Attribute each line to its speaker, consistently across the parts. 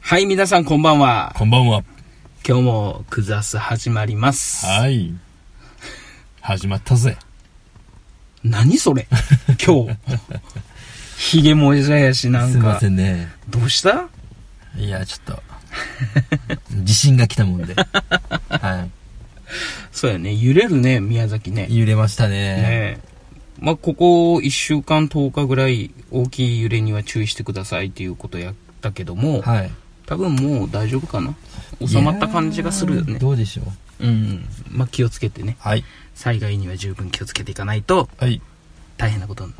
Speaker 1: はい、皆さんこんばんは。
Speaker 2: こんばんは。
Speaker 1: 今日もクザス始まります。
Speaker 2: はい。始まったぜ。
Speaker 1: 何そ れ今日。ひげもじゃやし、なん
Speaker 2: すいま
Speaker 1: か。
Speaker 2: せんね。
Speaker 1: どうした
Speaker 2: いや、ちょっと、 地震が来た もんで。は
Speaker 1: そうやね、揺れるね、宮崎ね。
Speaker 2: い。
Speaker 1: ね
Speaker 2: 揺れましたね。
Speaker 1: えまあ、ここ1週間10日ぐらい大きい揺れには注意してくださいっていうことやったけども、
Speaker 2: はい。
Speaker 1: 多分もう大丈夫かな収まった感じがするよ
Speaker 2: いや
Speaker 1: ね
Speaker 2: ー。どうでしょう。
Speaker 1: うん。まあ、気をつけてね。
Speaker 2: はい。
Speaker 1: 災害には十分気をつけていかないと
Speaker 2: はい。
Speaker 1: 大変なことに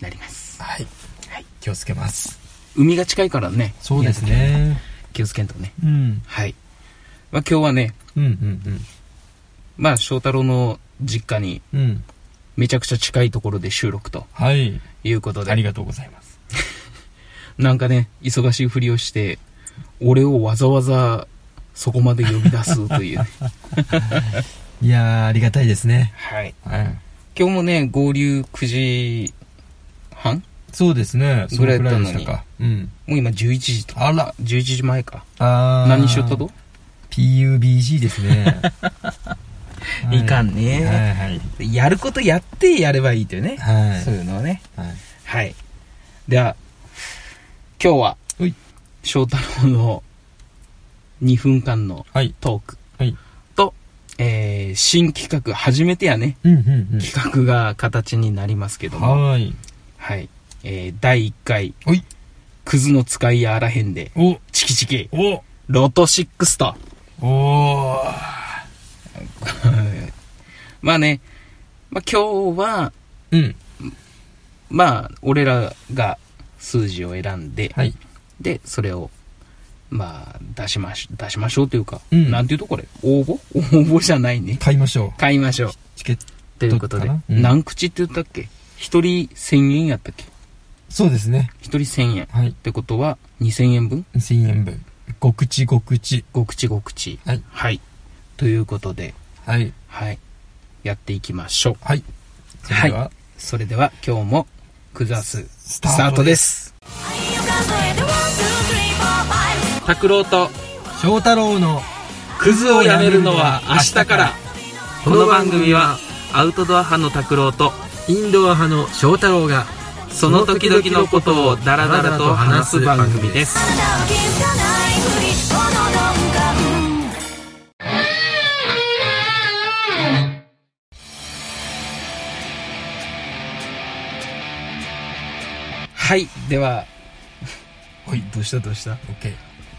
Speaker 1: なります。
Speaker 2: はい。
Speaker 1: はい。
Speaker 2: 気をつけます。
Speaker 1: 海が近いからね。
Speaker 2: そうです
Speaker 1: 宮崎。
Speaker 2: ね。
Speaker 1: 気をつけんとね。
Speaker 2: うん。
Speaker 1: はい。まあ今日はね、
Speaker 2: うんうん
Speaker 1: まあ翔太郎の実家に
Speaker 2: うん。うん。
Speaker 1: めちゃくちゃ近いところで収録と
Speaker 2: はい。
Speaker 1: いうこと
Speaker 2: あり
Speaker 1: で、
Speaker 2: がとうございます。
Speaker 1: なんかね、忙しいふりをして、俺をわざわざそこまで呼び出すというね、
Speaker 2: いやー、ありがたいですね。
Speaker 1: はい。
Speaker 2: はい。
Speaker 1: 今日もね、合流9時半
Speaker 2: そうですね。そ
Speaker 1: ぐらい
Speaker 2: れく
Speaker 1: だった
Speaker 2: ら
Speaker 1: の
Speaker 2: い
Speaker 1: に
Speaker 2: でしたか。うん。
Speaker 1: もう今11時と。
Speaker 2: あら。
Speaker 1: 11時前か。
Speaker 2: あー
Speaker 1: 何しよったと
Speaker 2: ?PUBG で すね。はい
Speaker 1: かんね
Speaker 2: はいはい。
Speaker 1: やることやってやればいいというね。
Speaker 2: はい。
Speaker 1: そういうのをね。
Speaker 2: はい。
Speaker 1: はい。では、今日は
Speaker 2: ほい、
Speaker 1: 翔太郎の2分間の
Speaker 2: はい。
Speaker 1: トーク
Speaker 2: はい。
Speaker 1: と、えー新企画、初めてやね、
Speaker 2: うんうん
Speaker 1: 企画が形になりますけども、
Speaker 2: はーい。
Speaker 1: はい。えー第1回、
Speaker 2: おい。
Speaker 1: クズの使いやあらへんで、
Speaker 2: お、
Speaker 1: チキチキ、
Speaker 2: お、
Speaker 1: ロト6と、
Speaker 2: おー
Speaker 1: まあね、まあ今日は、
Speaker 2: うん。
Speaker 1: まあ、俺らが数字を選んで、
Speaker 2: はい。
Speaker 1: で、それを、まあ、出しまし、出しましょうというか、
Speaker 2: うん
Speaker 1: なんていうとこれ応募 応募じゃないね。
Speaker 2: 買いましょう。
Speaker 1: 買いましょう。
Speaker 2: チケット。
Speaker 1: ということで
Speaker 2: どっか、なうん
Speaker 1: 何口って言ったっけ一人1000円やったっけ
Speaker 2: そうですね。
Speaker 1: 一人1000円。っ
Speaker 2: はい。
Speaker 1: てことは、2000円分
Speaker 2: 1000円分。ご口ご口。
Speaker 1: ?5 口5口。
Speaker 2: はい。
Speaker 1: はい。ということで、
Speaker 2: はい。
Speaker 1: はい。やっていきましょう。
Speaker 2: はい。それでは、
Speaker 1: それでは、今日も、クザス、
Speaker 2: ス
Speaker 1: スタートで。す。拓郎と、
Speaker 2: 翔太郎の、
Speaker 1: クズをやめるのは明日からこの番組はアウトドア派の拓郎と
Speaker 2: インドア派の翔太郎が、
Speaker 1: その時々のことをダラダラと話す番組ですはいでは
Speaker 2: はい。
Speaker 1: どうしたどうした
Speaker 2: オッケー。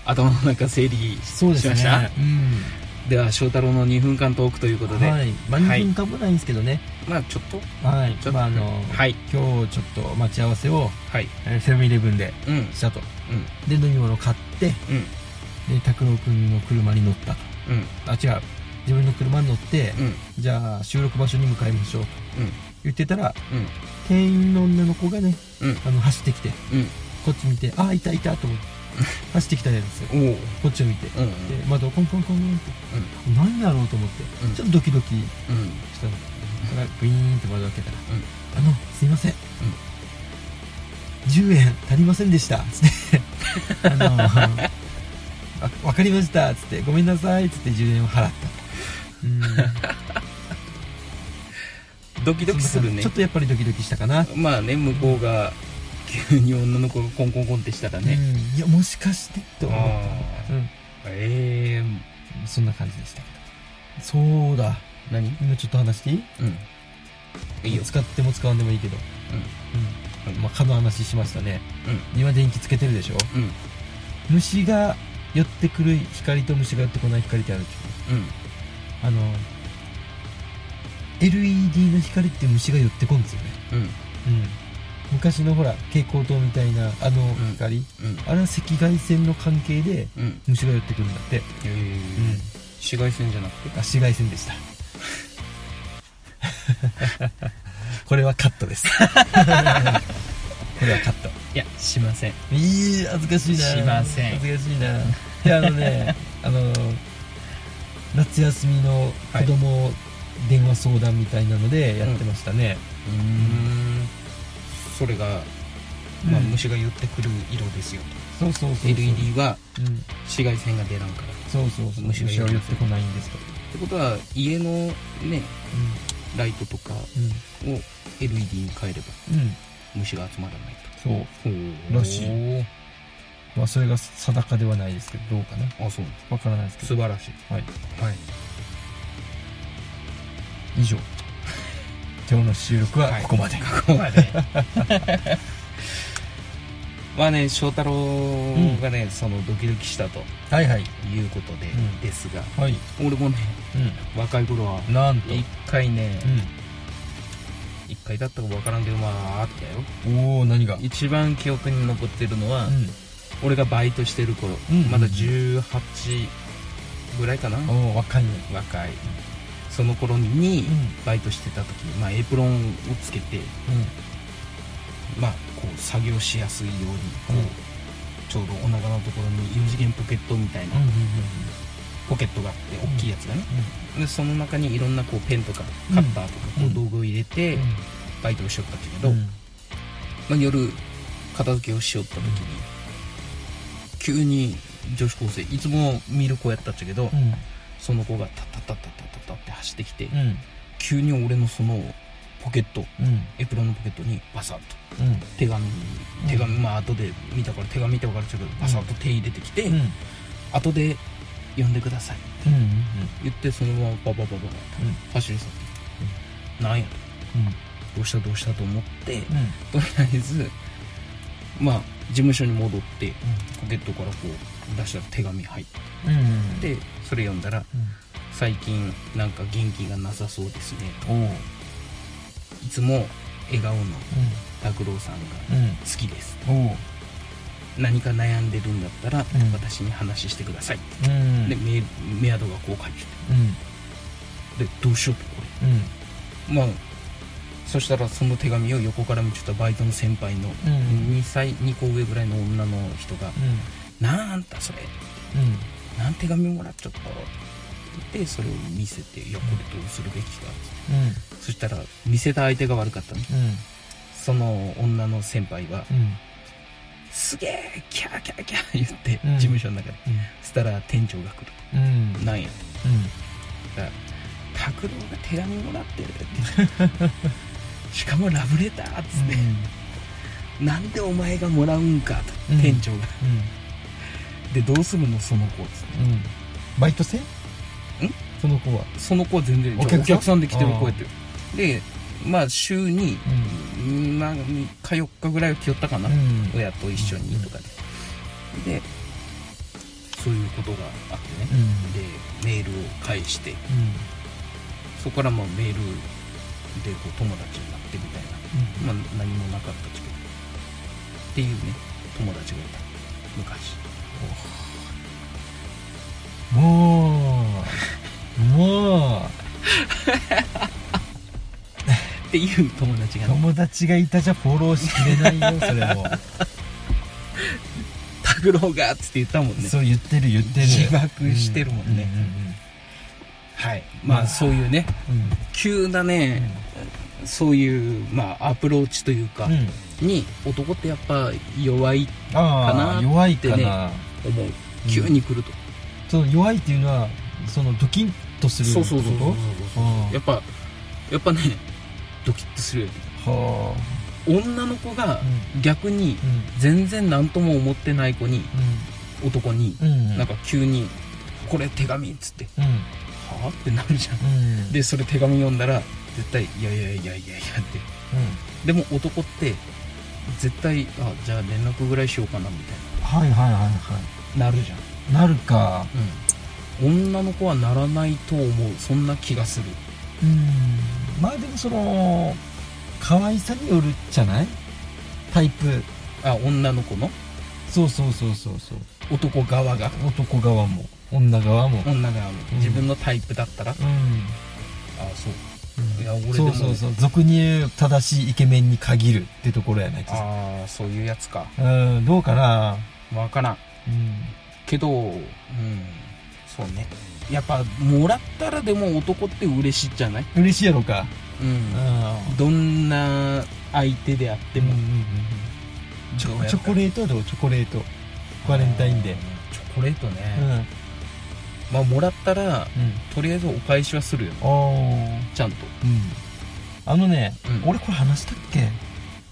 Speaker 1: 頭の中整理し
Speaker 2: そう
Speaker 1: ま
Speaker 2: で
Speaker 1: し
Speaker 2: す
Speaker 1: た
Speaker 2: ね。うん。
Speaker 1: では翔太郎の2分間トークということで、
Speaker 2: はい。まあ、
Speaker 1: はい
Speaker 2: 2分かもないんですけどね。
Speaker 1: まあちょっと
Speaker 2: はい
Speaker 1: ちょっと。
Speaker 2: まあ、あの、
Speaker 1: はい
Speaker 2: 今日ちょっと待ち合わせを、
Speaker 1: はい
Speaker 2: えーセブンイレブンで
Speaker 1: うんうん
Speaker 2: したと。で、飲み物買って、
Speaker 1: うん
Speaker 2: で、拓郎くんの車に乗ったと。
Speaker 1: うん
Speaker 2: あ、違う。自分の車に乗って、
Speaker 1: うん
Speaker 2: じゃあ収録場所に向かいましょうと
Speaker 1: うん
Speaker 2: 言ってたら、
Speaker 1: うん
Speaker 2: 店員の女の子がね、
Speaker 1: うん
Speaker 2: あの、走ってきて、
Speaker 1: うん
Speaker 2: こっち見て、あ、いたいたと思って、走ってきたやつですよ。
Speaker 1: おおうん
Speaker 2: こっちを見て。
Speaker 1: うん
Speaker 2: で、窓をコンコンコンって、何だろうと思って、
Speaker 1: うん
Speaker 2: ちょっとドキドキ
Speaker 1: うん
Speaker 2: したの。だから、グイーンって窓を開けたら、
Speaker 1: ん
Speaker 2: あの、すいません。10円足りませんでした。つって、あの、わわかりました。つって、ごめんなさい。つって10円を払った。 うん
Speaker 1: ドキドキするね
Speaker 2: ちょっとやっぱりドキドキしたかな。
Speaker 1: まあね向こうが急に女の子がコンコンコンってしたら
Speaker 2: う
Speaker 1: ね、
Speaker 2: んいや、もしかしてと思っ
Speaker 1: あ
Speaker 2: た。うん。
Speaker 1: あええー、
Speaker 2: そんな感じでしたけど。そうだ。
Speaker 1: 何
Speaker 2: 今ちょっと話していい
Speaker 1: うんいいよ
Speaker 2: 使っても使わんでもいいけど。
Speaker 1: う
Speaker 2: うんん。まあ、蚊の話しましたね。今電気つけてるでしょ
Speaker 1: うんうん
Speaker 2: 虫が寄ってくる光と虫が寄ってこない光ってあるでし
Speaker 1: うん
Speaker 2: ょあの、LED の光って虫が寄ってこんですよね。
Speaker 1: うん
Speaker 2: うん。昔のほら、蛍光灯みたいな、あの光。
Speaker 1: うん
Speaker 2: あれは赤外線の関係で、
Speaker 1: うん
Speaker 2: 虫が寄ってくるんだって、
Speaker 1: えー紫外線じゃなくて
Speaker 2: あ紫外線でしたこれはカットですこれはカット
Speaker 1: いやしません
Speaker 2: いい恥ずかしいな
Speaker 1: しません
Speaker 2: 恥ずかしいなであの ねあの夏休みの子供電話相談みたいなのでやってましたね、
Speaker 1: うんそれが、まあ、
Speaker 2: うん
Speaker 1: 虫が寄ってくる色ですよ、
Speaker 2: そうそうそうそう
Speaker 1: LED は
Speaker 2: うん
Speaker 1: 紫外線が出らんからっ
Speaker 2: そうそうそう
Speaker 1: 虫
Speaker 2: 虫
Speaker 1: が
Speaker 2: が
Speaker 1: 寄
Speaker 2: 寄
Speaker 1: っ
Speaker 2: っててこないんですと
Speaker 1: てことは家のねライトとかを
Speaker 2: うん
Speaker 1: LED に変えれば
Speaker 2: うん、うん、
Speaker 1: 虫が集まらない
Speaker 2: そう
Speaker 1: と
Speaker 2: らし
Speaker 1: い
Speaker 2: まあそれが定かではないですけどどうかな
Speaker 1: あそう
Speaker 2: わからないですけ
Speaker 1: 素
Speaker 2: ど
Speaker 1: 晴らしい
Speaker 2: はい
Speaker 1: はい
Speaker 2: 以上今日の収録はここまで、
Speaker 1: ここまで まあね翔太郎がね、そのドキドキしたと
Speaker 2: はい、はい
Speaker 1: いうことで、
Speaker 2: うん
Speaker 1: ですが
Speaker 2: はい
Speaker 1: 俺もね若い頃は
Speaker 2: うんなんと、
Speaker 1: 一回ね
Speaker 2: う
Speaker 1: 一回だったか分からんけどまああったよ
Speaker 2: ん、おお何が
Speaker 1: 一番記憶に残ってるのは、
Speaker 2: う
Speaker 1: 俺がバイトしてる頃、
Speaker 2: うん
Speaker 1: まだ18ぐらいかな、
Speaker 2: んおお若いね
Speaker 1: 若いその頃に、
Speaker 2: う
Speaker 1: バイトしてた時に、まあ、エプロンをつけて、
Speaker 2: ん
Speaker 1: まあ、こう作業しやすいようにこう、
Speaker 2: うん
Speaker 1: ちょうどお腹のところに4次元ポケットみたいな
Speaker 2: うんうんうん
Speaker 1: ポケットがあって
Speaker 2: うん
Speaker 1: 大きいやつがね、
Speaker 2: う
Speaker 1: でその中にいろんなこうペンとかカッターとかこ
Speaker 2: う
Speaker 1: うん道具を入れて
Speaker 2: んうん
Speaker 1: バイトをしよったけれど、まあ、夜片付けをしよった時に急に女子高生いつも見る子やったっちゃけど、
Speaker 2: うん
Speaker 1: その子がタッタッタッタッタッタッタって走ってきて、
Speaker 2: うん
Speaker 1: 急に俺のそのポケット
Speaker 2: うん
Speaker 1: エプロンのポケットにバサッと
Speaker 2: うん
Speaker 1: 手紙
Speaker 2: うん
Speaker 1: 手紙まあ後で見たから手紙って分かるっちゃうけどバサッと手入れてきて、
Speaker 2: うん
Speaker 1: 後で呼んでくださいって
Speaker 2: うん
Speaker 1: 言ってそのままバババババと走り去って、なんやと
Speaker 2: うん
Speaker 1: どうしたどうしたと思って、
Speaker 2: うんうん
Speaker 1: とりあえずまあ事務所に戻ってポケットからこう出した手紙入っ
Speaker 2: うんうんうん
Speaker 1: てそれ読んだら「最近なんか元気がなさそうですね」
Speaker 2: おおうん
Speaker 1: いつも笑顔の拓郎さんが好きです
Speaker 2: うんおお
Speaker 1: 何か悩んでるんだったら
Speaker 2: うん
Speaker 1: 私に話してください、
Speaker 2: うん
Speaker 1: でメメアドがこう書いて
Speaker 2: うん
Speaker 1: てでどうしようとこ
Speaker 2: うん
Speaker 1: れまあそしたらその手紙を横から見ちゃったバイトの先輩の
Speaker 2: うん
Speaker 1: 2歳2個上ぐらいの女の人が「なああんたそれ
Speaker 2: うん
Speaker 1: なん手紙もらっちゃった」って言ってそれを見せて「いやこれどうするべきか」
Speaker 2: うん
Speaker 1: そしたら見せた相手が悪かったの
Speaker 2: うん
Speaker 1: その女の先輩は
Speaker 2: うん
Speaker 1: 「すげえキャーキャーキャー」言って
Speaker 2: うん
Speaker 1: 事務所の中でそしたら店長が来る
Speaker 2: うんうん
Speaker 1: と「なんや」だから拓郎が手紙もらってるってしかもラブレターっつって、なんでお前がもらうんかと、
Speaker 2: うん
Speaker 1: 店長が
Speaker 2: うん
Speaker 1: でどうするのその子っつっ
Speaker 2: うんバイト生んその子は
Speaker 1: てその子は全然
Speaker 2: お客さん
Speaker 1: お客さんで来てる子やってるでまあ週に何か4日ぐらいは来よったかな、
Speaker 2: うん
Speaker 1: 親と一緒にとかででそういうことがあってね、
Speaker 2: うん
Speaker 1: でメールを返して
Speaker 2: うん
Speaker 1: そこからまあメールでこう友達になってみたいなまあ、何もなかったけどっていうね友達がいた昔
Speaker 2: もうもう
Speaker 1: っていう友達がね
Speaker 2: 友達がいたじゃフォローしきれないよそれ も
Speaker 1: 「拓郎が」っつって言ったもんね
Speaker 2: そう言ってる言ってる
Speaker 1: 自爆してるもんねはいま
Speaker 2: ま
Speaker 1: あ
Speaker 2: あ
Speaker 1: そういうね
Speaker 2: うんうん
Speaker 1: 急なね、そういう、まあ、アプローチというか、
Speaker 2: うんうん
Speaker 1: に男ってやっぱ弱い
Speaker 2: あ
Speaker 1: かな
Speaker 2: あ弱いか
Speaker 1: って
Speaker 2: な
Speaker 1: 思う
Speaker 2: うん
Speaker 1: 急に来ると、
Speaker 2: その弱いっていうのはそのドキンとする
Speaker 1: そうそうそうそう
Speaker 2: こ
Speaker 1: そ
Speaker 2: と
Speaker 1: う
Speaker 2: あ
Speaker 1: やっぱやっぱねドキッとするよね
Speaker 2: あは
Speaker 1: 女の子が
Speaker 2: あう
Speaker 1: 逆に
Speaker 2: ん
Speaker 1: 全然何とも思ってない子に男に
Speaker 2: うんうん
Speaker 1: なんか急に「これ手紙」っつって
Speaker 2: うん
Speaker 1: 「はあ?」ってなるじゃん
Speaker 2: うん
Speaker 1: でそれ手紙読んだら絶対「いやいやいやいやいや」ってで
Speaker 2: うん
Speaker 1: も男って絶対「あじゃあ連絡ぐらいしようかな」みたい
Speaker 2: はいはいはいは
Speaker 1: ななるじゃん、
Speaker 2: いなるか
Speaker 1: 女の子はならないと思うそんな気がする
Speaker 2: うんまあでもその可愛さによるじゃないタイプ
Speaker 1: あ女の子の
Speaker 2: そうそうそうそうそう
Speaker 1: 男側が
Speaker 2: 男側も女側も
Speaker 1: 女側も
Speaker 2: うん
Speaker 1: 自分のタイプだったら、
Speaker 2: う
Speaker 1: あそう
Speaker 2: うん
Speaker 1: いや俺でも
Speaker 2: そうそうそう俗に言う正しいイケメンに限るってところやないか
Speaker 1: ああそういうやつか
Speaker 2: うんどうかな
Speaker 1: わからん
Speaker 2: うん
Speaker 1: けどうんそうねやっぱもらったらでも男って嬉しいじゃない
Speaker 2: 嬉しいやろか
Speaker 1: うん
Speaker 2: う
Speaker 1: どんな相手であって
Speaker 2: ん
Speaker 1: も、
Speaker 2: うんうんうんチ
Speaker 1: どうやっ
Speaker 2: ョ
Speaker 1: た
Speaker 2: チョコレートはどうチョコレートバレンタインデー
Speaker 1: チョこれと
Speaker 2: うんう
Speaker 1: ね、
Speaker 2: ん
Speaker 1: まあもらったらとりあえずお返しはするよね
Speaker 2: あー
Speaker 1: ちゃんと
Speaker 2: うんあのね、
Speaker 1: うん
Speaker 2: 俺これ話したっけ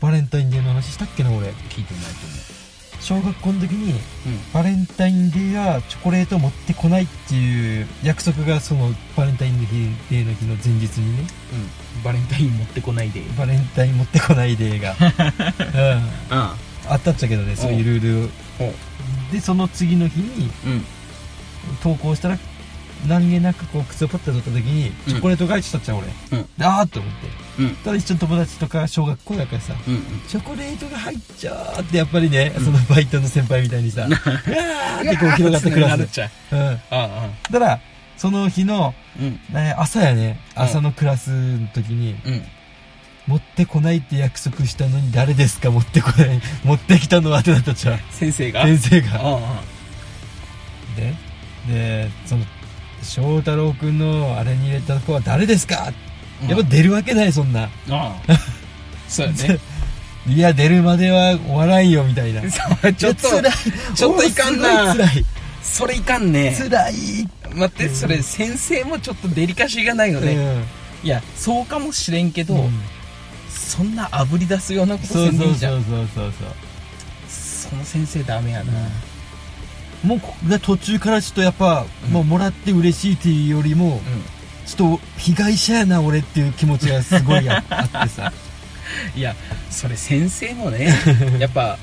Speaker 2: バレンタインデーの話したっけな俺
Speaker 1: 聞いてないと
Speaker 2: 小学校の時に
Speaker 1: 思う、
Speaker 2: バレンタインデーやチョコレートを持ってこないっていう約束がそのバレンタインデーの日の前日にね
Speaker 1: うんバレンタイン持ってこないで
Speaker 2: バレンタイン持ってこないデ ーが、うん、
Speaker 1: あ
Speaker 2: あったっちゃけどねそういうルールを
Speaker 1: あ
Speaker 2: でその次の日に
Speaker 1: うん
Speaker 2: 投稿したら何気なくこう靴をパッと取った時に
Speaker 1: うん
Speaker 2: チョコレート返しとったじゃん俺、
Speaker 1: うん
Speaker 2: でああと思って
Speaker 1: うん
Speaker 2: ただ一緒の友達とか小学校やからさ
Speaker 1: うん
Speaker 2: チョコレートが入っちゃうってやっぱりね、そのバイトの先輩みたいに さ「うわー!」ってこう広がってく
Speaker 1: なる
Speaker 2: る
Speaker 1: っち ゃう
Speaker 2: うん
Speaker 1: あ
Speaker 2: だからその日の、
Speaker 1: あうん
Speaker 2: ね朝やね朝のクラスの時に、
Speaker 1: うん
Speaker 2: 持ってこないって約束したのに誰ですか持ってこない 持ってきたのはってなったじゃん
Speaker 1: 先生が
Speaker 2: 先生
Speaker 1: あ
Speaker 2: が
Speaker 1: あ
Speaker 2: ででその翔太郎くんのあれに入れた子は誰ですか、
Speaker 1: うん
Speaker 2: やっぱ出るわけないそんな、
Speaker 1: あ あそうやね
Speaker 2: いや出るまではお笑いよみたいな
Speaker 1: そう ちょっと
Speaker 2: いや辛い
Speaker 1: ちょっといかん
Speaker 2: お
Speaker 1: な
Speaker 2: すごい辛い
Speaker 1: それいかんね
Speaker 2: 辛い
Speaker 1: 待ってそれ先生もちょっとデリカシーがないよね、いやそうかもしれんけ
Speaker 2: う
Speaker 1: ど、
Speaker 2: ん
Speaker 1: そんなあぶり出すようなこと
Speaker 2: そう
Speaker 1: せんで
Speaker 2: そ
Speaker 1: いういじゃ
Speaker 2: そ
Speaker 1: ん
Speaker 2: うそうそうそう
Speaker 1: その先生ダメやな、
Speaker 2: もうこで途中からちょっとやっぱ、もうもらって嬉しいっていうよりも、
Speaker 1: う
Speaker 2: ちょっと被害者やな俺っていう気持ちがすごいああってさ
Speaker 1: ん、いやそれ先生も ねやっぱ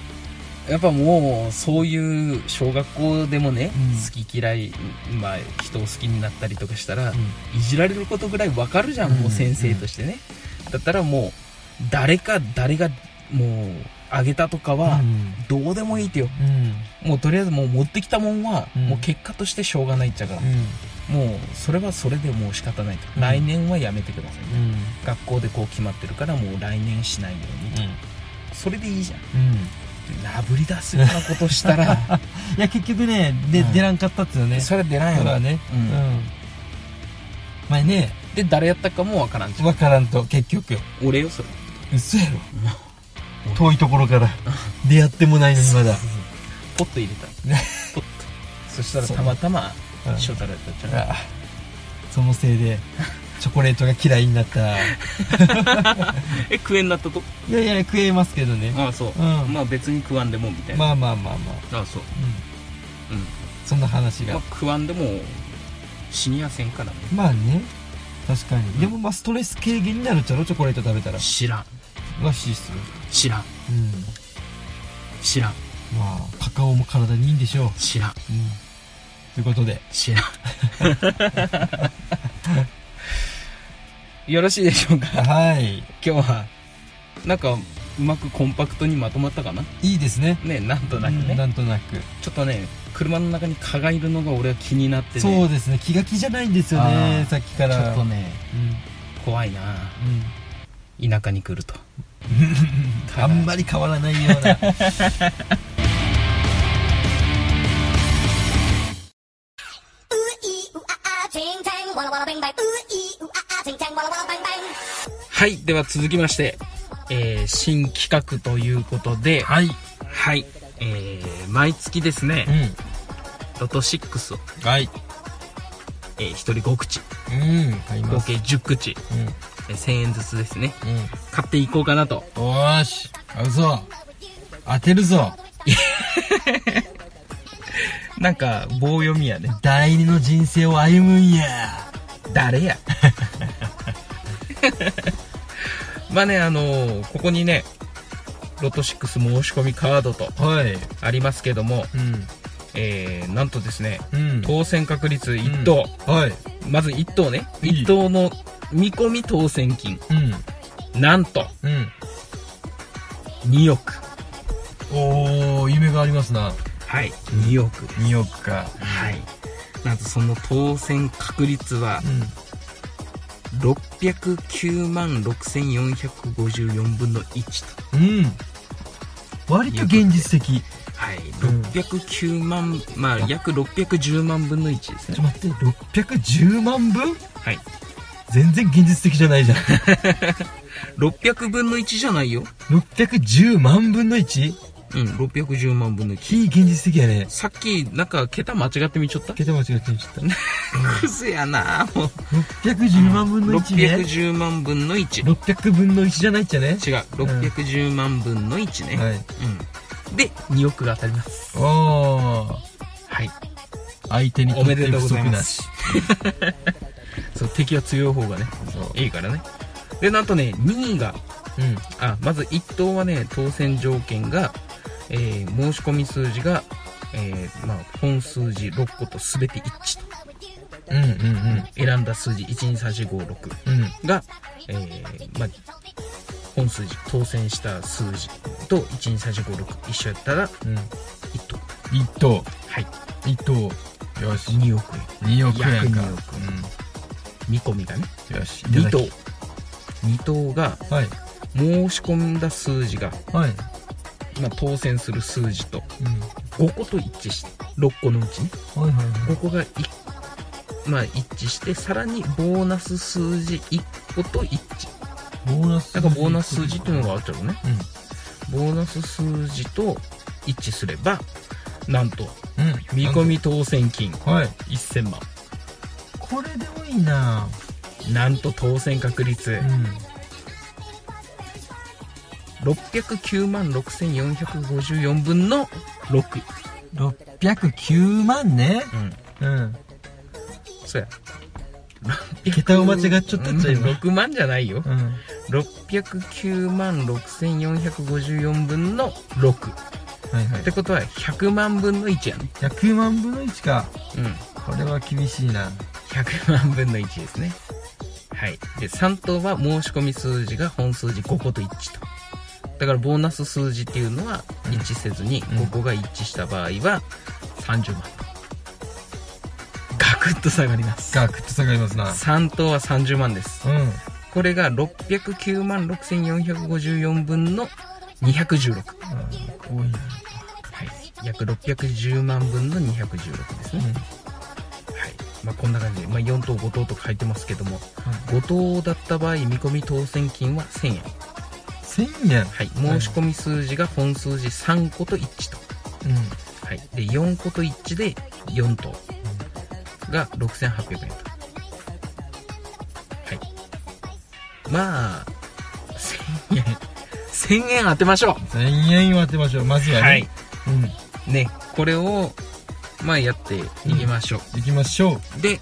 Speaker 1: やっぱもうそういう小学校でもね、
Speaker 2: うん
Speaker 1: 好き嫌い、まあ、人を好きになったりとかしたら、
Speaker 2: う
Speaker 1: いじられることぐらいわかるじゃん、
Speaker 2: うん
Speaker 1: もう先生としてねだったらもう誰か誰がもうあげたとかは
Speaker 2: ん
Speaker 1: どうでもいいってよ
Speaker 2: うん
Speaker 1: もうとりあえずもう持ってきたもんは、
Speaker 2: うん
Speaker 1: もう結果としてしょうがないっちゃから、もうそれはそれでもう仕方ないと、
Speaker 2: うん
Speaker 1: 来年はやめてください、
Speaker 2: うんうん
Speaker 1: 学校でこう決まってるからもう来年しないように、それでいいじゃん
Speaker 2: うん
Speaker 1: なぶり出すようなことしたら
Speaker 2: いや結局ねで、
Speaker 1: うん
Speaker 2: 出らんかったっつうの ね
Speaker 1: それは出ないよ
Speaker 2: それ
Speaker 1: な
Speaker 2: はね
Speaker 1: う
Speaker 2: うんん、前ね
Speaker 1: で誰やったかもわからんじゃん
Speaker 2: 分からんと結局
Speaker 1: 俺よそれ
Speaker 2: 嘘やろ遠いところから出会ってもないのにまだ
Speaker 1: ポッと入れたポッとそしたら
Speaker 2: そう
Speaker 1: たまたま
Speaker 2: うん
Speaker 1: 翔太郎やったじゃん
Speaker 2: あそのせいでチョコレートが嫌いになったい
Speaker 1: え食えんなったと
Speaker 2: やいや食えますけどね
Speaker 1: ああそう、
Speaker 2: うん
Speaker 1: まあ別に食わんでもみたいな、
Speaker 2: まあまあまあまあ、
Speaker 1: ああそう
Speaker 2: う
Speaker 1: うん
Speaker 2: ん、そんな話
Speaker 1: ま
Speaker 2: が
Speaker 1: あ、食わんでも死にやせんからね
Speaker 2: まあね確かにでもまあストレス軽減になるっちゃろチョコレート食べたら
Speaker 1: 知らん
Speaker 2: わしっする
Speaker 1: 知らん
Speaker 2: うん
Speaker 1: 知らん
Speaker 2: まあカカオも体にいいんでしょう
Speaker 1: 知らん
Speaker 2: ということで
Speaker 1: 知らん よろしいでしょうか
Speaker 2: はい
Speaker 1: 今日はなんかうまくコンパクトにまとまったかない
Speaker 2: いですね
Speaker 1: ねなんとなく
Speaker 2: うんな
Speaker 1: ね
Speaker 2: んとなく、
Speaker 1: ちょっとね車の中に蚊がいるのが俺は気になってね
Speaker 2: そうですね気が気じゃないんですよ
Speaker 1: あー
Speaker 2: ねさっき
Speaker 1: ち
Speaker 2: か
Speaker 1: ょ
Speaker 2: ら
Speaker 1: っとね
Speaker 2: う
Speaker 1: 怖いなん
Speaker 2: うん
Speaker 1: 田舎に来る と
Speaker 2: あんまり変わらないような
Speaker 3: ooh ee ooh ah ah ting tang walla walla bang bang ooh ee ooh ah ah ting tang walla walla bang bang
Speaker 1: はいでは続きまして、えー新企画ということで はい、えー毎月ですね、
Speaker 2: う
Speaker 1: ロト6を、
Speaker 2: んはい
Speaker 1: えー、1人5口
Speaker 2: うん買い
Speaker 1: 合
Speaker 2: ます
Speaker 1: 計10口、
Speaker 2: うん
Speaker 1: えー1000円ずつですね
Speaker 2: うん
Speaker 1: 買っていこうかなと
Speaker 2: よーし買うぞ当てるぞ
Speaker 1: なんか棒読みやね
Speaker 2: 第二の人生を歩むんや
Speaker 1: 誰や まあねあのーここにねロト6申し込みカードと
Speaker 2: はい
Speaker 1: ありますけども、
Speaker 2: うん
Speaker 1: えー、なんとですね
Speaker 2: うん
Speaker 1: 当選確率1等、
Speaker 2: はい
Speaker 1: まず1等ね
Speaker 2: いい
Speaker 1: 1等の見込み当選金
Speaker 2: うん
Speaker 1: なんと
Speaker 2: うん
Speaker 1: 2億
Speaker 2: おお夢がありますな
Speaker 1: はい2億
Speaker 2: 2億か
Speaker 1: はいなんとその当選確率は
Speaker 2: うん
Speaker 1: 609万6454分の1と
Speaker 2: うん割と現実的
Speaker 1: はい
Speaker 2: うん
Speaker 1: 609万まあ約610万分の1です
Speaker 2: ちょっ
Speaker 1: ね
Speaker 2: と待って610万分
Speaker 1: はい
Speaker 2: 全然現実的じゃ ないじゃん
Speaker 1: 600分の1じゃないよ
Speaker 2: 610万分の 1?
Speaker 1: うん、610万分の1。
Speaker 2: 非現実的やね
Speaker 1: さっき、なんか、桁間違ってみちょった
Speaker 2: 桁間違ってんちゃっ
Speaker 1: クズやなもう。
Speaker 2: た610万分の1ね
Speaker 1: 610万分の1。違う、
Speaker 2: 600分の1じゃないっちゃね
Speaker 1: 610万分の1ね。
Speaker 2: はい
Speaker 1: うん。で、2億が当たります。
Speaker 2: おー
Speaker 1: はい。
Speaker 2: 相手にと
Speaker 1: お
Speaker 2: っ
Speaker 1: め
Speaker 2: て
Speaker 1: でとう
Speaker 2: 不
Speaker 1: ござい
Speaker 2: 足
Speaker 1: ま
Speaker 2: なし
Speaker 1: す。そう、敵は強い方がね、いいからね。で、なんとね、2位が、
Speaker 2: うん
Speaker 1: あ、まず1等はね、当選条件が、えー、申し込み数字が、えー、まあ、本数字6個と全て一致と。
Speaker 2: うんうん
Speaker 1: 選んだ数字、123456
Speaker 2: うんうん
Speaker 1: が、えー、まあ、本数字、当選した数字と123456一緒やったら
Speaker 2: うん
Speaker 1: 1等。
Speaker 2: 一等
Speaker 1: はい。
Speaker 2: 一等よし
Speaker 1: 2億円。
Speaker 2: 2億円か
Speaker 1: 約2億見込みがね。
Speaker 2: うんよしいた
Speaker 1: 2
Speaker 2: だき
Speaker 1: 等。2等が、
Speaker 2: はい
Speaker 1: 申し込んだ数字が、
Speaker 2: はい
Speaker 1: まあ、当選する数字と
Speaker 2: うん
Speaker 1: 5個と一致して6個のうちね
Speaker 2: はいはいは
Speaker 1: 5個がい、まあ、一致してさらにボーナス数字1個と一致
Speaker 2: いボーナス
Speaker 1: なんかボーナス数字っていうのがあったのね
Speaker 2: う
Speaker 1: ボーナス数字と一致すればなんと
Speaker 2: んうん
Speaker 1: 見込み当選金
Speaker 2: はい
Speaker 1: 1000万
Speaker 2: これでもいいな
Speaker 1: なんと当選確率
Speaker 2: うん
Speaker 1: 609万6454分の6
Speaker 2: 609万ね
Speaker 1: うん
Speaker 2: うん
Speaker 1: そうや
Speaker 2: 桁を間違っちゃったっちゃ今
Speaker 1: 6万じゃないよ
Speaker 2: うん
Speaker 1: 609万6454分の6っ
Speaker 2: はいはい
Speaker 1: てことは100万分の1やね
Speaker 2: 100万分の1か
Speaker 1: うん
Speaker 2: これは厳しいな
Speaker 1: 100万分の1ですねはいで3等は申し込み数字が本数字5個と一致とだからボーナス数字っていうのは
Speaker 2: うん
Speaker 1: 一致せずに
Speaker 2: うん
Speaker 1: 5個が一致した場合は30万とガクッと下がります
Speaker 2: ガクッと下がりますな
Speaker 1: 3等は30万です
Speaker 2: うん
Speaker 1: これが609万6454分の216
Speaker 2: 多いな
Speaker 1: はい、約610万分の216ですね、はいまあ、こんな感じで、まあ、4等5等と書いてますけども5等だった場合見込み当選金は1000円、
Speaker 2: 1000円
Speaker 1: はい、申し込み数字が本数字3個と一致と、
Speaker 2: う
Speaker 1: はい、で4個と一致で4等が6800円と、はい、まあ1000円1000円当てましょ
Speaker 2: ん1000円を当てましょうまず
Speaker 1: う
Speaker 2: はね
Speaker 1: はい
Speaker 2: うん
Speaker 1: ねこれをまあやっていきましょう、
Speaker 2: 行きましょ
Speaker 1: で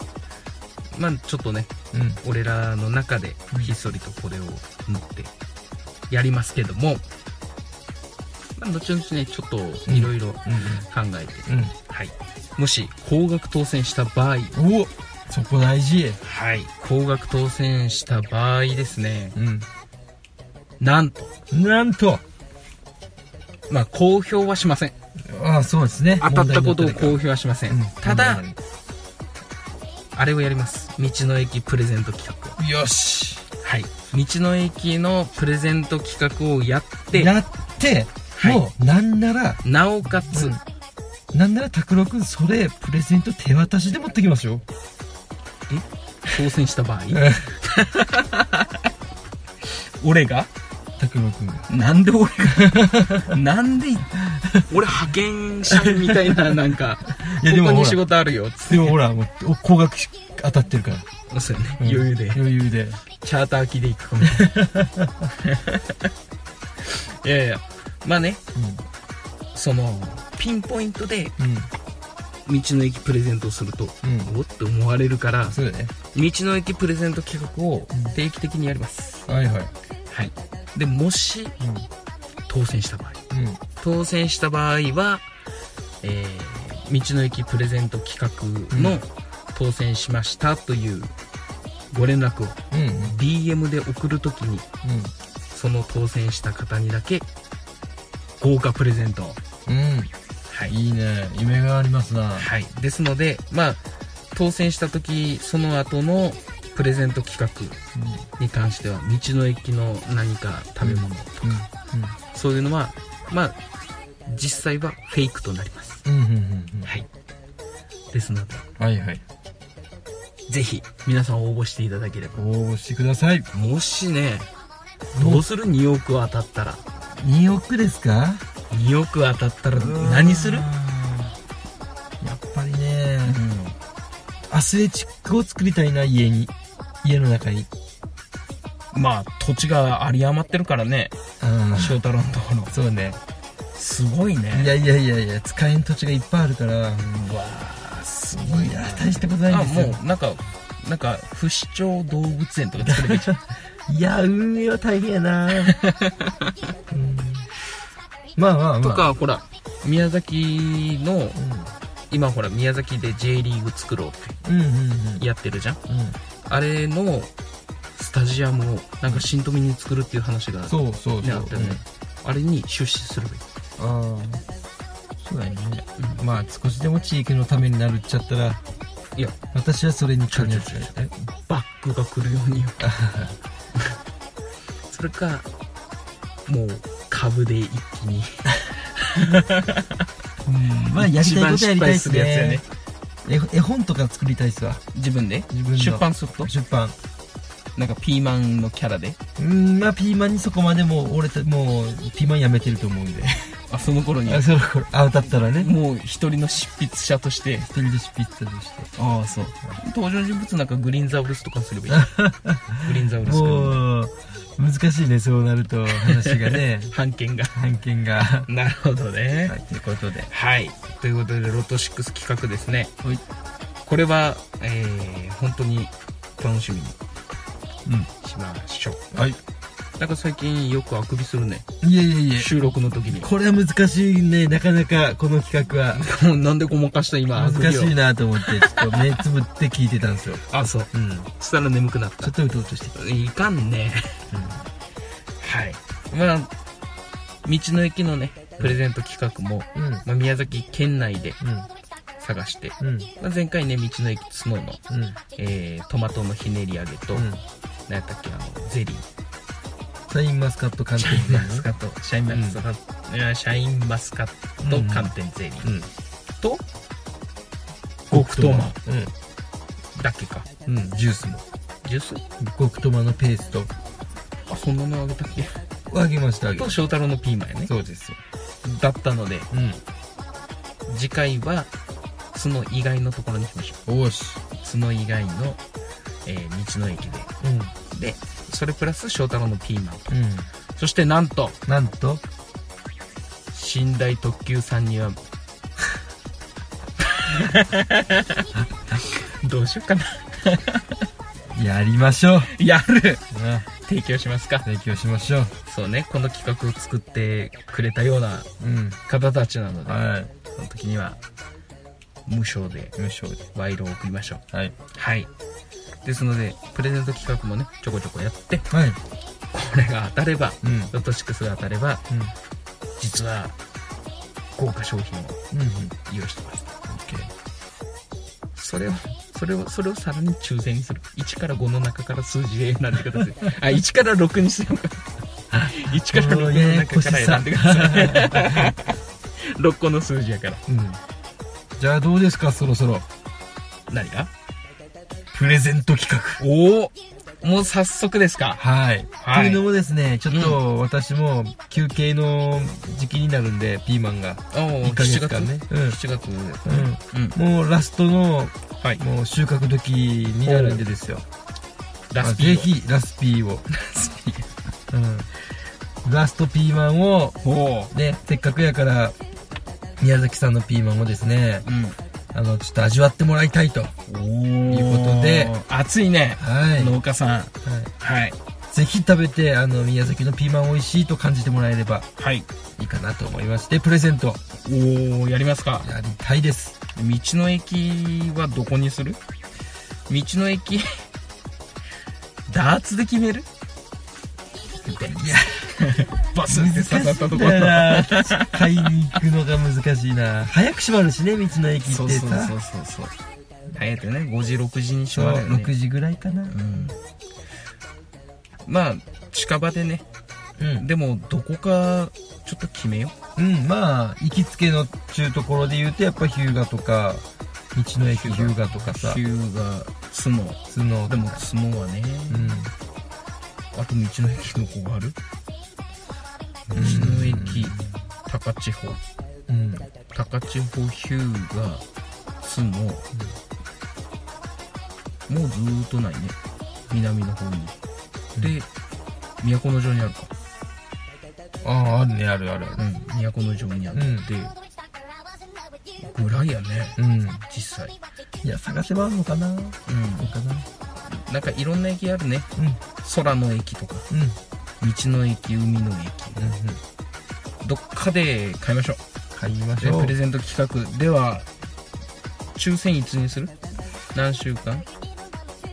Speaker 1: まあちょっとね
Speaker 2: ううん
Speaker 1: 俺らの中で
Speaker 2: うん
Speaker 1: ひっそりとこれを持ってやりますけども、まあ、後々ねちょっといろいろ考えて、
Speaker 2: う
Speaker 1: はい、もし高額当選した場合
Speaker 2: んうんおそこ大事
Speaker 1: はい高額当選した場合ですね
Speaker 2: うん
Speaker 1: なんと
Speaker 2: なんと
Speaker 1: まあ公表はしません
Speaker 2: ああそうですね
Speaker 1: 当たったことを公
Speaker 2: う
Speaker 1: 表はしません、ただあれをやります道の駅プレゼント企画を
Speaker 2: よし
Speaker 1: はい道の駅のプレゼント企画をやって
Speaker 2: やって
Speaker 1: はい
Speaker 2: もうなんなら
Speaker 1: なおかつ、
Speaker 2: なんなら拓郎君それプレゼント手渡しで持ってきま しょう
Speaker 1: 当選した場合俺が
Speaker 2: 拓郎君が
Speaker 1: なんで俺 がなんで俺派遣社員みたいななんか
Speaker 2: いやでも
Speaker 1: ここ
Speaker 2: ほ
Speaker 1: に
Speaker 2: ら
Speaker 1: 仕事あるよつっ
Speaker 2: でもほらもうお高額し当たってるから、
Speaker 1: てそうよね、
Speaker 2: うん
Speaker 1: 余裕で
Speaker 2: 余裕で
Speaker 1: チャーター機で行くかもしれないいやいやまあねそのピンポイントで
Speaker 2: うん
Speaker 1: 道の駅プレゼントをすると、
Speaker 2: うん
Speaker 1: おって思われるから道
Speaker 2: そうだね
Speaker 1: の駅プレゼント企画を
Speaker 2: うん
Speaker 1: 定期的にやります、
Speaker 2: はいはい
Speaker 1: はいでもし当選した場合
Speaker 2: うんうん
Speaker 1: 当選した場合は、えー道の駅プレゼント企画
Speaker 2: う
Speaker 1: の当選しましたというご連絡を
Speaker 2: うん
Speaker 1: DM で送るときにその当選した方にだけ豪華プレゼントを
Speaker 2: うんうん
Speaker 1: はい、
Speaker 2: いいね夢がありますな
Speaker 1: はい、ですのでまあ当選した時その後のプレゼント企画
Speaker 2: うん
Speaker 1: に関しては道の駅の何か食べ物、
Speaker 2: う
Speaker 1: そういうのはまあ実際はフェイクとなります
Speaker 2: んうんうんうんうん
Speaker 1: はいですので
Speaker 2: はいはい
Speaker 1: ぜひ皆さん応募していただければ
Speaker 2: 応募してください
Speaker 1: もしねどうする2億当たったら
Speaker 2: 2億ですか
Speaker 1: 2億当たったら何する
Speaker 2: うーんやっぱりね、アスレチックを作りたいな家に家の中に
Speaker 1: まあ土地が有り余ってるからね
Speaker 2: うん
Speaker 1: 翔太郎のところ
Speaker 2: そうね
Speaker 1: すごい
Speaker 2: い
Speaker 1: ね
Speaker 2: やいやいやいや使えん土地がいっぱいあるから
Speaker 1: うわーすごい
Speaker 2: いや大したことない
Speaker 1: あ
Speaker 2: んですよ
Speaker 1: もうなんかなんか不死鳥動物園とか作ればいいじゃん
Speaker 2: いや運営は大変やな、うんまあまあま あ
Speaker 1: とかほら宮崎の今ほら宮崎で J リーグ作ろうっ
Speaker 2: うんうんうん
Speaker 1: てやってるじゃん
Speaker 2: うん
Speaker 1: あれのスタジアムをなんか新富に作るっていう話が
Speaker 2: そうそう
Speaker 1: ね
Speaker 2: そ
Speaker 1: あ
Speaker 2: う
Speaker 1: ったよねあれに出資すればいい
Speaker 2: うんああそうだよね、まあ少しでも地域のためになるっちゃったら
Speaker 1: いや
Speaker 2: 私はそれに関与す
Speaker 1: ち
Speaker 2: る
Speaker 1: ょバックが来るようによ それかもう株で一気に
Speaker 2: うんまあやりたいことやりたいっす
Speaker 1: 一番失敗
Speaker 2: ね
Speaker 1: るやつ
Speaker 2: 絵絵本とか作りたいっすわ
Speaker 1: 自分で
Speaker 2: 自分の
Speaker 1: 出版すると
Speaker 2: 出版
Speaker 1: なんかピーマンのキャラで
Speaker 2: うんまあピーマンにそこまでもう俺たもうピーマンやめてると思うんで
Speaker 1: あその頃に
Speaker 2: あその頃あだったらね
Speaker 1: もう一人の執筆者として
Speaker 2: 一人で執筆者として
Speaker 1: ああそう登場人物なんかグリーンザウルスとかすればいい グリーンザウルス君
Speaker 2: もう難しいねそうなると話が ね
Speaker 1: 判件が
Speaker 2: 案件が、
Speaker 1: なるほどね
Speaker 2: はい、ということで
Speaker 1: はい。ということで、ロト6企画ですね。
Speaker 2: はい
Speaker 1: これは、えー、本当に楽しみに
Speaker 2: う
Speaker 1: しましょう。
Speaker 2: んはい
Speaker 1: なんか最近よくあくびするね。
Speaker 2: いえいえいえ
Speaker 1: 収録の時に。
Speaker 2: これは難しいねなかなかこの企画は
Speaker 1: なんでごまかした今、あくびを
Speaker 2: 難しいなと思ってちょっと目つぶって聞いてたんですよ
Speaker 1: あ、そう。
Speaker 2: うんち
Speaker 1: そしたら眠くなっ
Speaker 2: ょっとうとうとして
Speaker 1: た。いかんね。
Speaker 2: うん
Speaker 1: はい。まあ、道の駅のね、プレゼント企画も、
Speaker 2: うん
Speaker 1: まあ、宮崎県内で
Speaker 2: う
Speaker 1: 探して、
Speaker 2: んうん
Speaker 1: まあ、前回ね、道の駅スノーの、
Speaker 2: うん
Speaker 1: えー、トマトのひねり揚げと、
Speaker 2: うん
Speaker 1: 何やったっけあのゼリー
Speaker 2: シャインマスカット寒
Speaker 1: シ
Speaker 2: 天
Speaker 1: ャイン
Speaker 2: ゼ
Speaker 1: マ
Speaker 2: リー
Speaker 1: スカット シャインマスカット、いやシャインマスカット寒天ゼリー、
Speaker 2: うん
Speaker 1: と極トマ
Speaker 2: う
Speaker 1: だけか
Speaker 2: ん、うん、ジュースも
Speaker 1: ジュース
Speaker 2: 極トマのペースト
Speaker 1: あそんなのあげたっけ
Speaker 2: をあげましたあげ
Speaker 1: と翔太郎のピーマンやね
Speaker 2: そうですよ
Speaker 1: だったので
Speaker 2: う
Speaker 1: 次回は角以外のところにしましょ
Speaker 2: んおーし
Speaker 1: う角以外の、えー道の駅で
Speaker 2: うん
Speaker 1: でそれプラス翔太郎のピーマンと
Speaker 2: うん
Speaker 1: そしてなんと
Speaker 2: なんと
Speaker 1: 寝台特急さんには どうしようかな
Speaker 2: やりましょう
Speaker 1: やる
Speaker 2: な
Speaker 1: 提供しますか
Speaker 2: 提供しましょう
Speaker 1: そうねこの企画を作ってくれたような
Speaker 2: うん
Speaker 1: 方たちなので、
Speaker 2: は
Speaker 1: その時には無償で
Speaker 2: い無償で
Speaker 1: 賄賂を送りましょう
Speaker 2: はい
Speaker 1: はいですのでプレゼント企画もねちょこちょこやってこ
Speaker 2: はい
Speaker 1: れが当たれば
Speaker 2: うん
Speaker 1: ロト6が当たれば実は豪華商品を
Speaker 2: うんうん
Speaker 1: 用意してますそれをそれをそれをさらに抽選にする1から5の中から数字で選んでくださいあ1から6にしても1から
Speaker 2: もう
Speaker 1: 6
Speaker 2: や
Speaker 1: の
Speaker 2: やこ
Speaker 1: 中
Speaker 2: し
Speaker 1: か
Speaker 2: さ
Speaker 1: ら選んでください6個の数字やから
Speaker 2: うんじゃあどうですかそろそろ
Speaker 1: 何が
Speaker 2: プレゼント企画
Speaker 1: おおもう早速ですか
Speaker 2: はい、
Speaker 1: はい
Speaker 2: というのもですねちょっと私も休憩の時期になるんでピーマンが
Speaker 1: おお
Speaker 2: 1ヶ月間ねうん
Speaker 1: 7月
Speaker 2: うん
Speaker 1: うん
Speaker 2: もうラストの
Speaker 1: はい
Speaker 2: もう収穫時になるんでですよ
Speaker 1: ラスピ
Speaker 2: ぜ
Speaker 1: ー
Speaker 2: ひラスピーを、
Speaker 1: ラスピー
Speaker 2: うん、ラストピーマンを
Speaker 1: おお
Speaker 2: ねせっかくやから宮崎さんのピーマンをですね
Speaker 1: うん
Speaker 2: あのちょっと味わってもらいたいとは
Speaker 1: お
Speaker 2: ということで
Speaker 1: 暑いね
Speaker 2: い、は
Speaker 1: 農家さんはい
Speaker 2: い、ぜひ食べてあの宮崎のピーマン美味しいと感じてもらえれば
Speaker 1: はい
Speaker 2: いいかなと思いましてプレゼント
Speaker 1: おおやりますか
Speaker 2: やりたいです
Speaker 1: 道の駅はどこにする道の駅ダーツで決める
Speaker 2: いや
Speaker 1: バスって刺さったところ
Speaker 2: 難しいんだよな買いに行くのが難しいな早く閉まるしね道の駅ってさ
Speaker 1: そうそうそうそうそう早くね5時6時にし
Speaker 2: そう
Speaker 1: まるよね
Speaker 2: 6時ぐらいかなうん
Speaker 1: うんまあ近場でね
Speaker 2: うん、
Speaker 1: でもどこかちょっと決めよ
Speaker 2: まあ行きつけのちゅうところで言うとやっぱ日向とか道の駅日
Speaker 1: 日
Speaker 2: 向とか
Speaker 1: う
Speaker 2: さ
Speaker 1: 日が相撲
Speaker 2: その
Speaker 1: でも相撲はね、
Speaker 2: うん
Speaker 1: あと道の駅どこがある道
Speaker 2: ん
Speaker 1: の駅高高千穂
Speaker 2: うん
Speaker 1: 高千穂ヒューガースの、もうずーっとないね南の方に、で都城にあるか
Speaker 2: あああるねあるあるあ
Speaker 1: う
Speaker 2: る
Speaker 1: ん都城にあって、ぐらいやね、
Speaker 2: うん
Speaker 1: 実際
Speaker 2: いや探せばあるのかなの
Speaker 1: う
Speaker 2: かなん
Speaker 1: なんかいろんな駅あるね
Speaker 2: うん
Speaker 1: 空の駅とか
Speaker 2: うん
Speaker 1: 道の駅海の
Speaker 2: うんうん
Speaker 1: 駅どっかで買いましょう
Speaker 2: 買いまし
Speaker 1: で
Speaker 2: ょう
Speaker 1: プレゼント企画では抽選いつにする何週間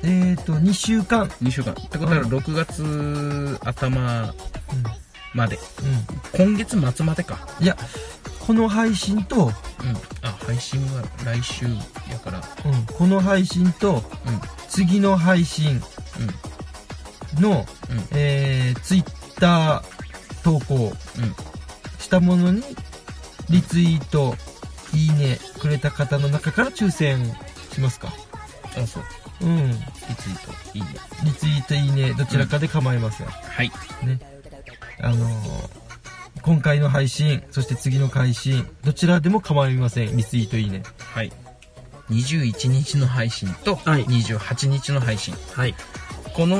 Speaker 2: えっと2週間
Speaker 1: 2週間ってことは6月頭
Speaker 2: う
Speaker 1: まで
Speaker 2: んう
Speaker 1: 今
Speaker 2: ん
Speaker 1: 月末までか
Speaker 2: いやこの配信と、
Speaker 1: うんあ配信は来週やから
Speaker 2: うん、この配信と
Speaker 1: うん
Speaker 2: 次の配信
Speaker 1: う
Speaker 2: の、
Speaker 1: うん
Speaker 2: えー、ツイッター投稿
Speaker 1: んうん
Speaker 2: したものにリツイートいいねくれた方の中から抽選しますか
Speaker 1: あそう
Speaker 2: うん
Speaker 1: リツイートいいね
Speaker 2: リツイートいいねどちらかで構いません、
Speaker 1: はい
Speaker 2: ねあのー今回の配信そして次の配信どちらでも構いませんリツイートいいね
Speaker 1: はい21日の配信と
Speaker 2: はい
Speaker 1: 28日の配信、
Speaker 2: はい
Speaker 1: この、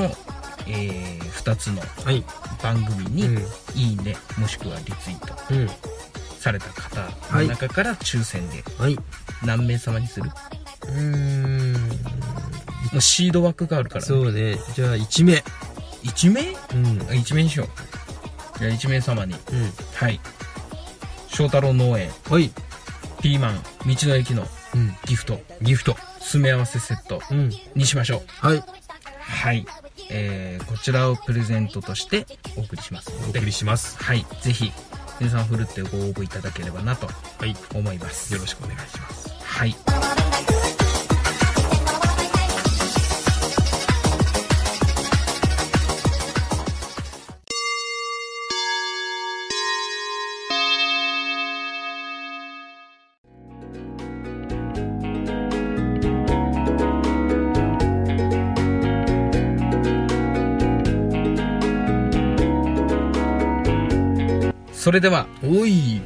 Speaker 1: えー、2つの
Speaker 2: はい
Speaker 1: 番組に
Speaker 2: うん
Speaker 1: 「いいね」もしくはリツイート
Speaker 2: うん
Speaker 1: された方の中から抽選で
Speaker 2: はい
Speaker 1: 何名様にする
Speaker 2: うーん
Speaker 1: もうシード枠があるから、
Speaker 2: そうねじゃあ1名
Speaker 1: 1名
Speaker 2: うん
Speaker 1: あ1名にしようじゃあ1名様に
Speaker 2: うん
Speaker 1: はい翔太郎農園
Speaker 2: はい
Speaker 1: ピーマン道の駅の
Speaker 2: うん
Speaker 1: ギフト
Speaker 2: ギフト
Speaker 1: 詰め合わせセット
Speaker 2: うん
Speaker 1: にしましょう
Speaker 2: はい
Speaker 1: はい、えー、こちらをプレゼントとしてお送りします
Speaker 2: お
Speaker 1: ので
Speaker 2: 送りします
Speaker 1: はいぜひ皆さんふるってご応募いただければなと
Speaker 2: はい
Speaker 1: 思います
Speaker 2: よろしくお願いします
Speaker 1: はいそれでは
Speaker 2: おい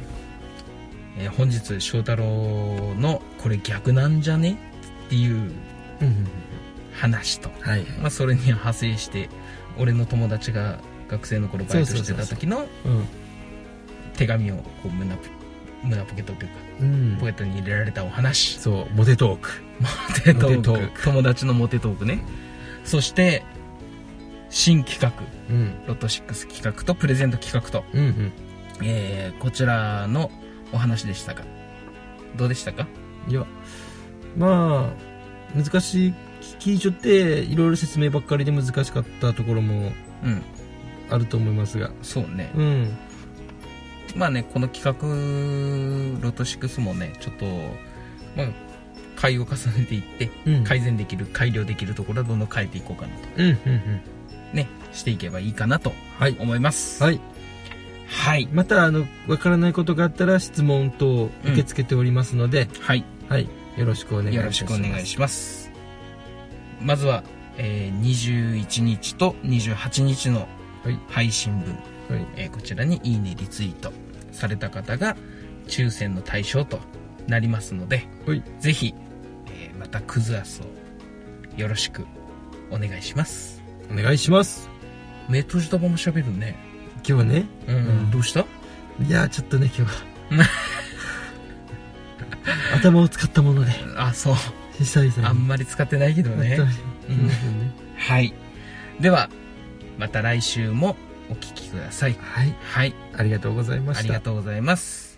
Speaker 1: えー本日翔太郎のこれ逆なんじゃねっていう
Speaker 2: うん
Speaker 1: 話と、
Speaker 2: はい
Speaker 1: まあ、それに派生して俺の友達が学生の頃バイトしてた時の
Speaker 2: うん
Speaker 1: 手紙をこう胸ポ胸ポケットというか
Speaker 2: うん
Speaker 1: ポケットに入れられたお話
Speaker 2: そうモテトーク
Speaker 1: モテトーク
Speaker 2: モテトーク
Speaker 1: 友達のモテトークねそして新企画
Speaker 2: うん
Speaker 1: ロト6企画とプレゼント企画と、
Speaker 2: うんうん
Speaker 1: えーこちらのお話でしたがどうでしたか
Speaker 2: いやまあ難しい聞き所っていろいろ説明ばっかりで難しかったところも
Speaker 1: うん
Speaker 2: あると思いますが
Speaker 1: そうね
Speaker 2: うん
Speaker 1: まあね、この企画、ロト6もね、ちょっと、まあ、回を重ねていって、
Speaker 2: うん
Speaker 1: 改善できる、改良できるところはどんどん変えていこうかなと、
Speaker 2: うんうんうん
Speaker 1: ね、していけばいいかなと
Speaker 2: はい
Speaker 1: 思います。
Speaker 2: はい
Speaker 1: はい。
Speaker 2: またあのわからないことがあったら質問等受け付けておりますので、
Speaker 1: はい。
Speaker 2: はいよろしくお願いい
Speaker 1: よ
Speaker 2: た
Speaker 1: ろ
Speaker 2: し
Speaker 1: し
Speaker 2: ま
Speaker 1: く
Speaker 2: す
Speaker 1: お願いします。まずは、えー21日と28日の
Speaker 2: はい
Speaker 1: 配信分、
Speaker 2: はい
Speaker 1: えーこちらにいいねリツイートされた方が抽選の対象となりますので、
Speaker 2: はい
Speaker 1: ぜひ、えーまたクズアスをよろしくお願いします
Speaker 2: お願いします
Speaker 1: 目閉じたまま喋るね
Speaker 2: 今日はね
Speaker 1: うん、
Speaker 2: うん
Speaker 1: どうした
Speaker 2: いやーちょっとね今日は 頭を使ったも ので
Speaker 1: あそう
Speaker 2: 久々に
Speaker 1: あんまり使ってないけどね
Speaker 2: 本、当
Speaker 1: う
Speaker 2: に
Speaker 1: ん
Speaker 2: そうね
Speaker 1: はいではまた来週もお聞きください
Speaker 2: はい
Speaker 1: はい
Speaker 2: ありがとうございま
Speaker 1: あ
Speaker 2: し
Speaker 1: り
Speaker 2: た
Speaker 1: がとうございます